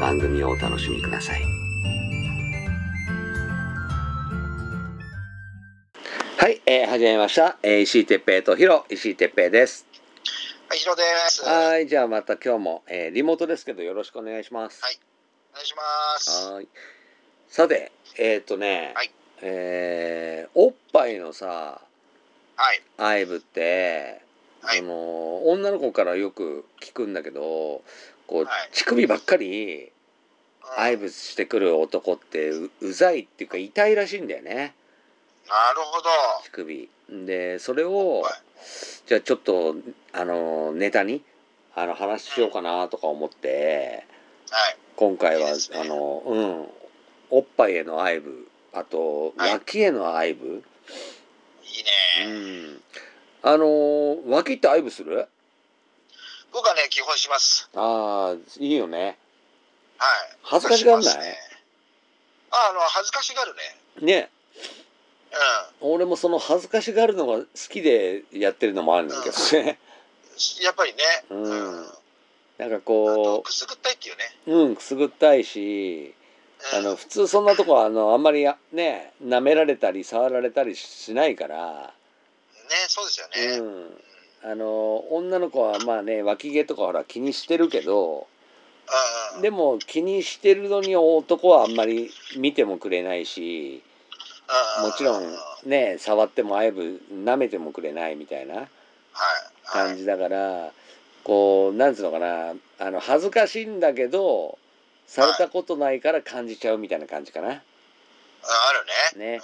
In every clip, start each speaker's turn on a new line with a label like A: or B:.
A: 番組をお楽しみください。はい、えー、始めました。えー、石井哲平とヒロ、石井哲平です。
B: はい、ヒロです。お願
A: はい、じゃあまた今日も、えー、リモートですけどよろしくお願いします。
B: はいいします。
A: はーい。さて、えっ、とね、
B: はい
A: えーおっぱいのさ、
B: はい、
A: アイブって、
B: はい
A: あの女の子からよく聞くんだけどこう、
B: はい
A: 乳首ばっかり
B: うん
A: アイブしてくる男ってううざいっていうか痛いらしいんだよね
B: なるほど。
A: 乳首でそれを、
B: はい
A: じゃあちょっとあのネタにあの話しようかなとか思って
B: はい、
A: 今回はい
B: いですね
A: あのうんおっぱいへのアイブあと、
B: はい
A: 脇へのアイブ、
B: いいうね。
A: んあの脇ってアイブする
B: 僕はね、基本します。
A: ああいいよね
B: はい。
A: 恥ずかしがん
B: し
A: な
B: ますね
A: い
B: あ、あの、恥ずかしがるね。
A: ね
B: う
A: 俺もその恥ずかしがるのが好きでやってるのもあるんだけどね
B: ん。やっぱりね。
A: うん
B: あ
A: なんか
B: と、
A: こ
B: くすぐったいっていうね。
A: ううんくすぐったいしあ
B: うん
A: の普通そんなとこはあのあんまりやね舐められたり触られたりしないから、
B: ね、そうですよ
A: う
B: ね。
A: ん、あの女の子はまあね脇毛とかほら気にしてるけど
B: うん。
A: で
B: も、
A: も気にしてるのに男はあんまり見てもくれないしもちろん
B: はい、
A: ね触ってもあえぶ舐めてもくれないみたいな。
B: はい。
A: 感じだからこうなんつうのかなあの恥ずかしいんだけどされたことないから感じちゃうみたいな感じかな
B: うんあるね。
A: ね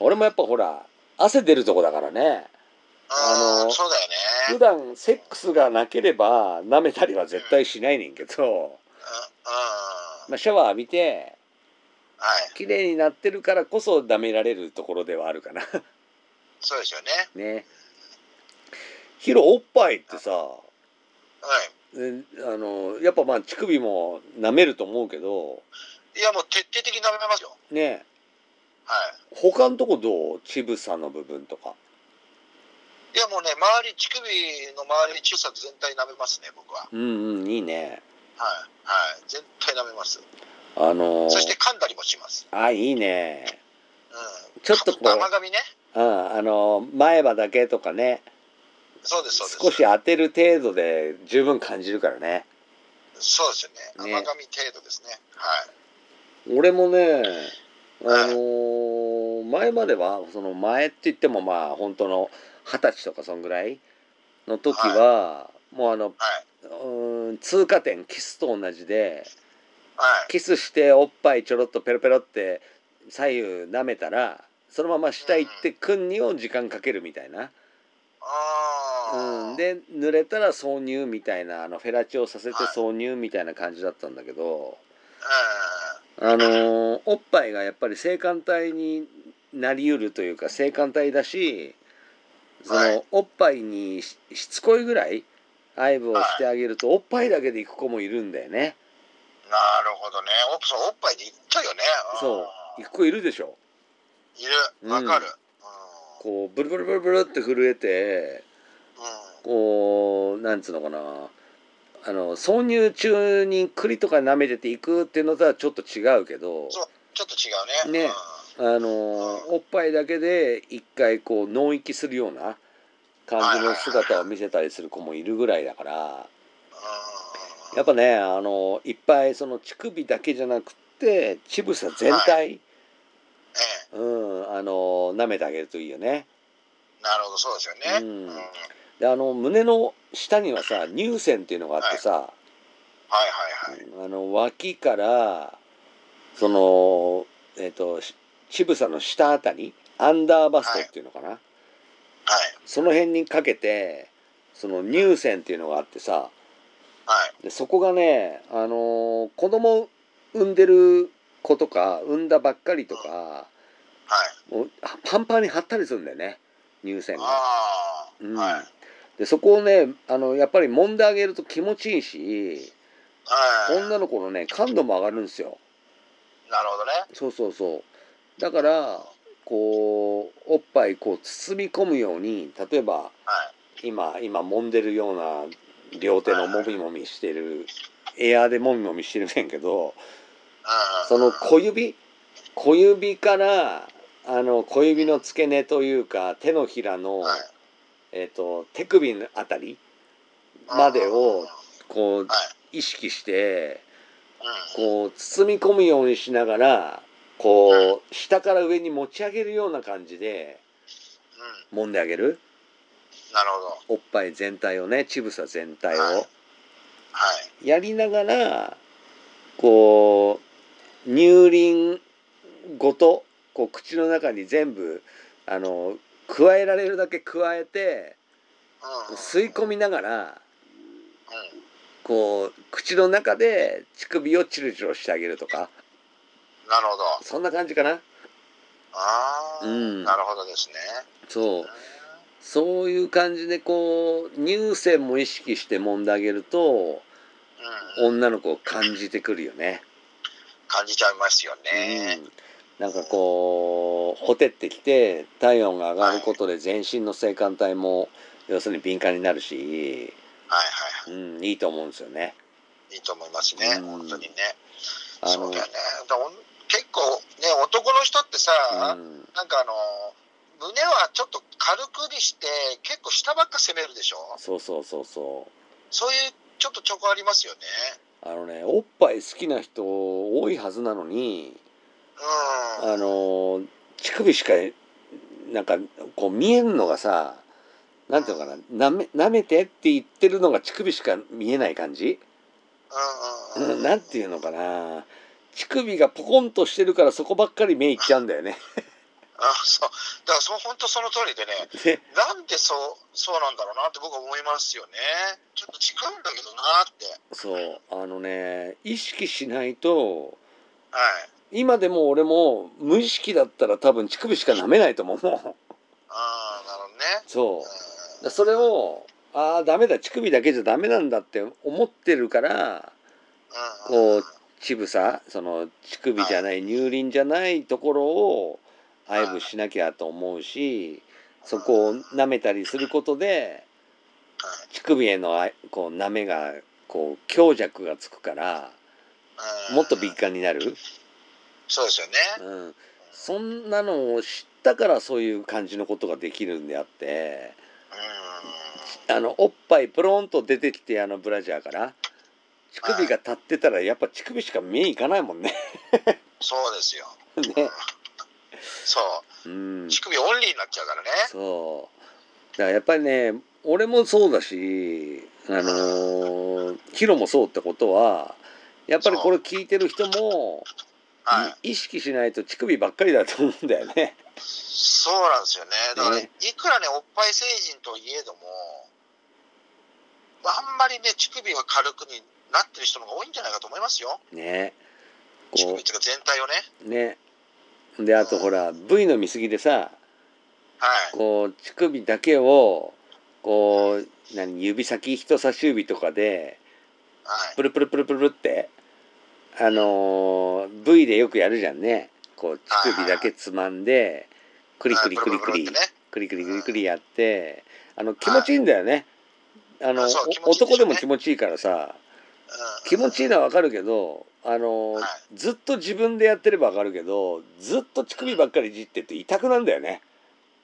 B: うん。
A: 俺もやっぱほら汗出るとこだからねあ
B: あ
A: の
B: の、そうだよね。
A: 普段セックスがなければ舐めたりは絶対しないねんけど、
B: うん。うん
A: まあ、シャワー浴びて
B: はい。
A: 綺麗になってるからこそ舐められるところではあるかな
B: そうですよね。
A: ねヒロおっぱいってさ
B: はい。
A: えあのやっぱまあ乳首も舐めると思うけど
B: いや、もう徹底的に舐めますよ。
A: ね
B: はい。
A: 他のとこどう乳房の部分とか
B: いやもうね、周り、乳首の周り、小さく全体舐めますね、僕は。
A: うんうんいいね
B: はい。はい。全体舐めます。
A: あのー
B: そして噛んだりもします。
A: あいいね
B: うん。
A: ちょっとこう
B: 噛む甘噛みね。
A: うんあのー前歯だけとかね
B: そうです、そうです。
A: 少し当てる程度で十分感じるからね
B: そうですよね。
A: ね
B: 甘噛み程度ですね。はい。
A: 俺もねあのー前まではその前って言ってもまあ本当の二十歳とかそんぐらいの時は、もうあの
B: はい。
A: うーん通過点キスと同じで
B: はい。
A: キスしておっぱいちょろっとペロペロって左右舐めたらそのまま下行ってくんにを時間かけるみたいな、
B: あー。
A: うん、で濡れたら挿入みたいなあのフェラチオさせて挿入みたいな感じだったんだけど、あのーおっぱいがやっぱり性感帯になりうるというか性感帯だしその、
B: はい
A: おっぱいにししつこいぐらいアイブをしてあげると、おっぱいだけで行く子もいるんだよね
B: うん。なるほどね。おっそうおっぱいでいっちゃうよね。うん
A: そう行く子いるでしょ
B: いる。わかる。うん。
A: こうブルブルブルブルって震えて
B: うん。
A: こうなんつうのかなあの挿入中に栗とか舐めてていくっていうのとはちょっと違うけど
B: そうちょっと違う
A: ね
B: ね。うん
A: あのおっぱいだけで一回こう脳域するような感じの姿を見せたりする子もいるぐらいだから
B: うん。
A: やっぱねあのいっぱいその乳首だけじゃなくって乳房全
B: は
A: 体、
B: ええ
A: うんあの舐めてあげるといいよね。
B: なるほど、そうですよね。
A: うん
B: はいはい
A: であの胸の下にはさ乳腺っていうのがあってさ、
B: はい。
A: あの脇からそのえっ、とし乳房の下あたりアンダーバストっていうのかな、
B: はい。
A: その辺にかけてその乳腺っていうのがあってさ
B: はい。
A: でそこがね、あのー子供産んでる子とか産んだばっかりとか
B: はい。
A: もうあパンパンに張ったりするんだよね乳腺が。
B: ああ、
A: うん
B: はい。はい。
A: でそこをねあのやっぱり揉んであげると気持ちいいし女
B: なる
A: の子のね感度も上がるんですよ。
B: ほどね。
A: そうそうそうだからこうおっぱいこう包み込むように例えば
B: はい。
A: 今今揉んでるような両手のもみもみしてるエアーでもみもみしてるねんけど
B: うん
A: その小指小指からあの小指の付け根というか手のひらの、
B: はい
A: えっと手首のあたりまで
B: うん
A: をこう
B: はい。
A: 意識して
B: うん。
A: こう包み込むようにしながらこう下から上に持ち上げるような感じで
B: うん。
A: 揉んであげる
B: なるほど。
A: おっぱい全体をね乳房全体
B: は
A: を
B: い。はい。
A: やりながらこう乳輪ごとこう口の中に全部あの加えられるだけ加えてこ
B: う。
A: うん吸い込
B: み。
A: みながら
B: うん。
A: こう口の中で乳首をチルチルしてあげるとか
B: なるほど。
A: そんな感じかな
B: あ
A: う
B: あ、
A: ん
B: なるほどですね。
A: そう
B: うん
A: そういう感じでこう乳腺も意識して揉んであげると
B: うん。
A: 女の子を感じてくるよね。
B: 感じちゃいますよね。
A: うんなんかこうほてってきて体温が上がることで全身の性感帯も要するに敏感になるし、
B: はいはいは
A: うん、いいと思うんですよね。
B: い。いいと思いますね。
A: うん
B: 本当にね。
A: あ
B: そ
A: の
B: うだよね。だおん結構ね、男の人ってさ、
A: うん
B: なんかあの胸はちょっと軽くにして結構下ばっか攻めるでしょ
A: そうそうそうそ
B: そういうちょっとチョコありますよね
A: うあのねおっぱい好きな人多いはずなのに
B: うん
A: あの乳首しかなんかこう見えるのがさなんていうのかななめ舐めてって言ってるのが乳首しか見えない感じ
B: うんうんうん
A: なんていうのかな乳首がポコンとしてるからそこばっかり目いっちゃうんだよね。
B: あそうだからそう本当その通りでね
A: で
B: なんでそうそうなんだろうなって僕は思いますよねちょっと違うんだけどなって
A: そうあのね意識しないと
B: はい
A: 今でも俺も無意識だったら多分乳首しか舐めないと思う もん
B: ああなるほどね
A: そううんだそれをああダメだ乳首だけじゃダメなんだって思ってるから
B: うんうん
A: こう乳房その乳首じゃない乳輪じゃないところを愛撫しなきゃと思うしそこを舐めたりすることで
B: はい
A: 乳首へのあいこう舐めがこう強弱がつくから
B: うん
A: もっと敏感になる、
B: そうですよね
A: うん、そんなのを知ったからそういう感じのことができるんであって
B: うん
A: あのおっぱいプロンと出てきてあのブラジャーから乳首が立ってたらやっぱ乳首しか目いかないもんね。
B: そうですよ
A: ね
B: そう
A: うん、
B: 乳首オンリーになっちゃうからね。
A: そうだからやっぱりね俺もそうだしあのーヒロもそうってことはやっぱりこれ聞いてる人も、
B: はい。
A: い意識しないと乳首ばっかりだと思うんだよね。
B: そうなんですよね。だから、
A: ね
B: いくらね、おっぱい成人といえども、あんまりね、乳首は軽くになってる人の方が多いんじゃないかと思いますよ。
A: ね
B: 乳首
A: こ
B: っていうか全体をね。
A: うねであとほら V の見過ぎでさ
B: はい。
A: こう乳首だけをこう何指先人差し指とかで
B: はい。
A: プルプルプルプルプルってあのー V でよくやるじゃんねこう乳首だけつまんでクリクリクリクリ
B: はいブルブルブルってね。
A: クリクリクリクリやってあの気持ちいいんだよね。あの
B: あそう気
A: お
B: 持ちいいでしょう
A: 男でも
B: ね
A: 気持ちいいからさ
B: うん
A: 気持ちいいのはわかるけどあの、
B: はい
A: ずっと自分でやってればわかるけどずっと乳首ばっかりいじってて痛くなんだよね。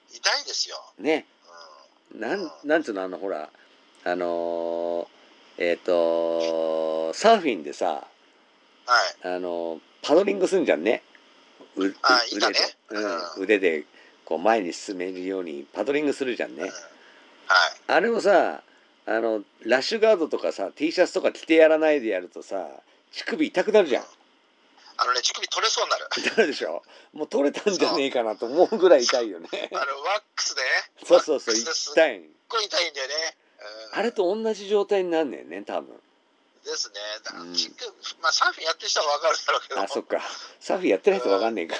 B: 痛いですよ。
A: ね
B: うん。
A: なんなんつうのあのほらあのーえっ、との、サーフィンでさ、
B: はい。
A: あの、パドリングすんじゃんね。うう
B: あ板ね
A: 腕で、う、
B: うん
A: 腕でこう前に進めるようにパドリングするじゃん
B: うん
A: ね
B: はい。。
A: あれをさ、あの、ラッシュガードとかさ、T シャツとか着てやらないでやるとさ、乳首痛くなるじゃん。
B: あのね、乳首取れそうになる。
A: 痛るでしょもう取れたんじゃねえかなと思うぐらい痛いよね。
B: あの、ワックスでね。
A: そうそうそう、
B: ワックスですっ
A: 痛い。
B: ごい痛いんだよね。うん
A: あれと同じ状態になんねんね、多分。
B: ですね。だ
A: うん
B: 乳首まあ、サーフィンやってる人は分かるだろうけど、
A: あ、そっか。サーフィンやってないとわかんねえか。
B: 分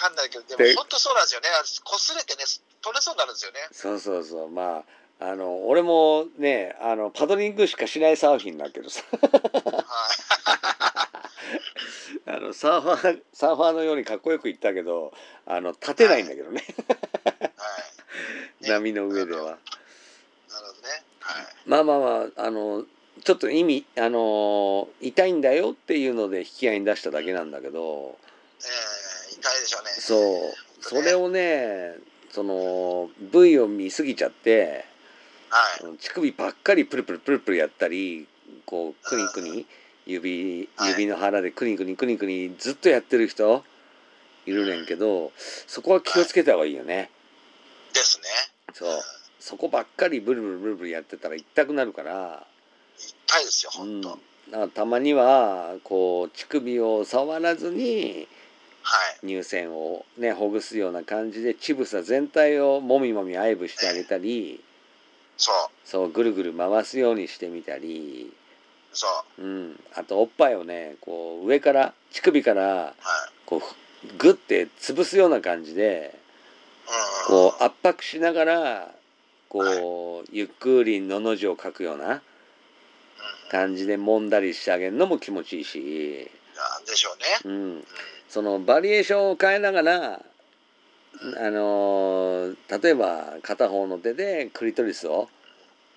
B: かんないけど、で
A: で
B: も本当そうなんですよね。こすれてね、取れそうになるんです よね。
A: そうそうそう、まあ、あの、俺もね、あの、パドリングしかしないサーフィンだけどさ。
B: はい。
A: あの、サーファー、サーファーのようにかっこよく言ったけど、あの、立てないんだけどね。
B: はい。ね
A: 波の上では。
B: なるほどね。はい。
A: まあまあまあ、あの、ちょっと意味、あの、痛いんだよっていうので引き合いに出しただけなんだけど、
B: えー、痛いでしょうね。
A: そう。それをね、その、V を見すぎちゃって、
B: はい。
A: 乳首ばっかりプルプルプルプルやったりこうクニクニ指
B: はい
A: 指の腹でクニクニクニクニずっとやってる人いるねんけどそこは気をつけた方がいいよね
B: ですね。
A: そうそこばっかりブルブルブルブルやってたら痛くなるから、
B: 痛いですよ、
A: う
B: 本
A: ん、だか
B: 当。はい。
A: らたまにはこう乳首を触らずに乳腺をねほぐすような感じで乳房全体をもみもみ愛撫してあげたり
B: そう。
A: そうぐるぐる回すようにしてみたり
B: そう。
A: うん、あとおっぱいをねこう上から乳首から
B: はい。
A: こうふグッて潰すような感じで
B: うん。
A: こう圧迫しながらこうゆっくりのの字を書くような
B: うん
A: 感じで揉んだりしてあげるのも気持ちいいし、
B: なんでしょうね。
A: うん
B: う、ん。
A: そのバリエーションを変えながらあのー例えば片方の手でクリトリスを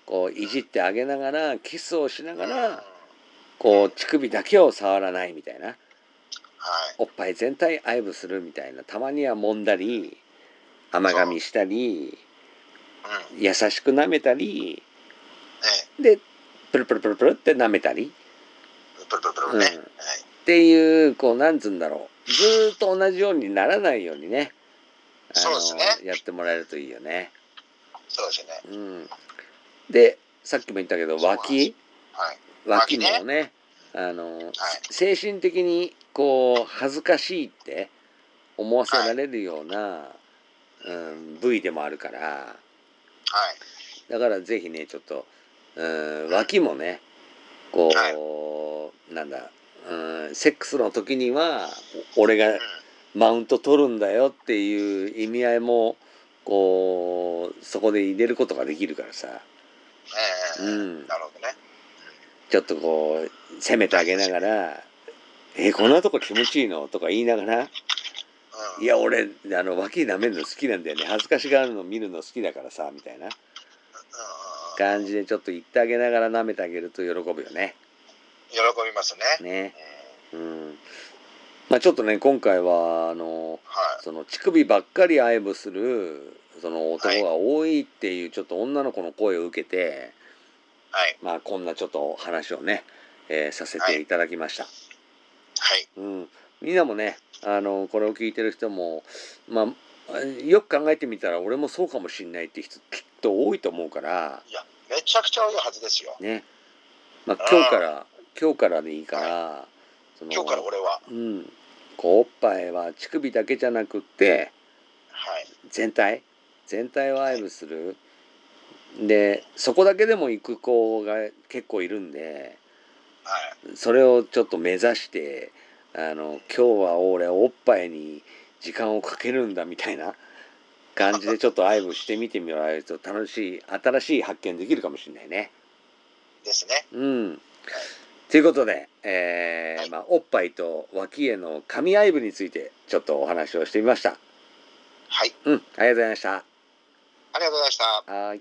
A: こういじってあげながらキスをしなが
B: うん
A: らこう乳首だけを触らないみたいな。
B: はい。
A: おっぱい全体愛撫するみたいなたまには揉んだり甘噛みしたり
B: うん。
A: 優しく舐めたり
B: ね。
A: でプルプルプルプルって舐めたり
B: プルプルプルね。
A: う
B: はい
A: ん。っていうこうなんつうんだろうずーっと同じようにならないようにねあの
B: そうですね
A: やってもらえるといいよね。
B: そうですよね。
A: うん、でさっきも言ったけど
B: そうなんです
A: 脇
B: はい。
A: 脇
B: 脇
A: も
B: ね
A: ねあの、精神的にこう恥ずかしいって思わせられるような、うん、部位でもあるから
B: はい。
A: だからぜひねちょっと、うん、脇もねこう、なんだ、うん、セックスの時にはお俺
B: う
A: が
B: ん。
A: マウント取るんだよっていう意味合いもこうそこで入れることができるからさ
B: え
A: う
B: ー
A: ん
B: なるほどね。
A: ちょっとこう攻めてあげながら「えこんなとこ気持ちいいの?」とか言いながら
B: うん。
A: いや俺あの脇舐めるの好きなんだよね恥ずかしがるの見るの好きだからさみたいな
B: うん
A: 感じでちょっと言ってあげながら舐めてあげると喜ぶよね。
B: 喜びますね。
A: ね
B: うん。
A: うんまあ、ちょっとね今回はあの
B: はい。
A: その乳首ばっかり愛撫するその男が多いっていうちょっと女の子の声を受けて、
B: はい。
A: まあ、こんなちょっと話をね、えーさせていただきました。
B: はい。
A: うん、みんなもねあのこれを聞いてる人もまあよく考えてみたら俺もそうかもしんないって人きっと多いと思うから
B: いや、めちゃくちゃ多いはずですよ。
A: ね、まあ、今日から今日からでいいからその
B: 今日から俺は。
A: うん、こうおっぱいは乳首だけじゃなくって
B: はい。
A: 全体全体を愛撫するでそこだけでも行く子が結構いるんで
B: はい。
A: それをちょっと目指してあの今日は俺おっぱいに時間をかけるんだみたいな感じでちょっと愛撫してみてもらえると楽しい新しい発見できるかもしれないね。
B: ですね。
A: うんということで、えーまあ、おっぱいと脇への神愛撫についてちょっとお話をしてみました。
B: はい。
A: うん、ありがとうございました。
B: ありがとうございました。
A: はい。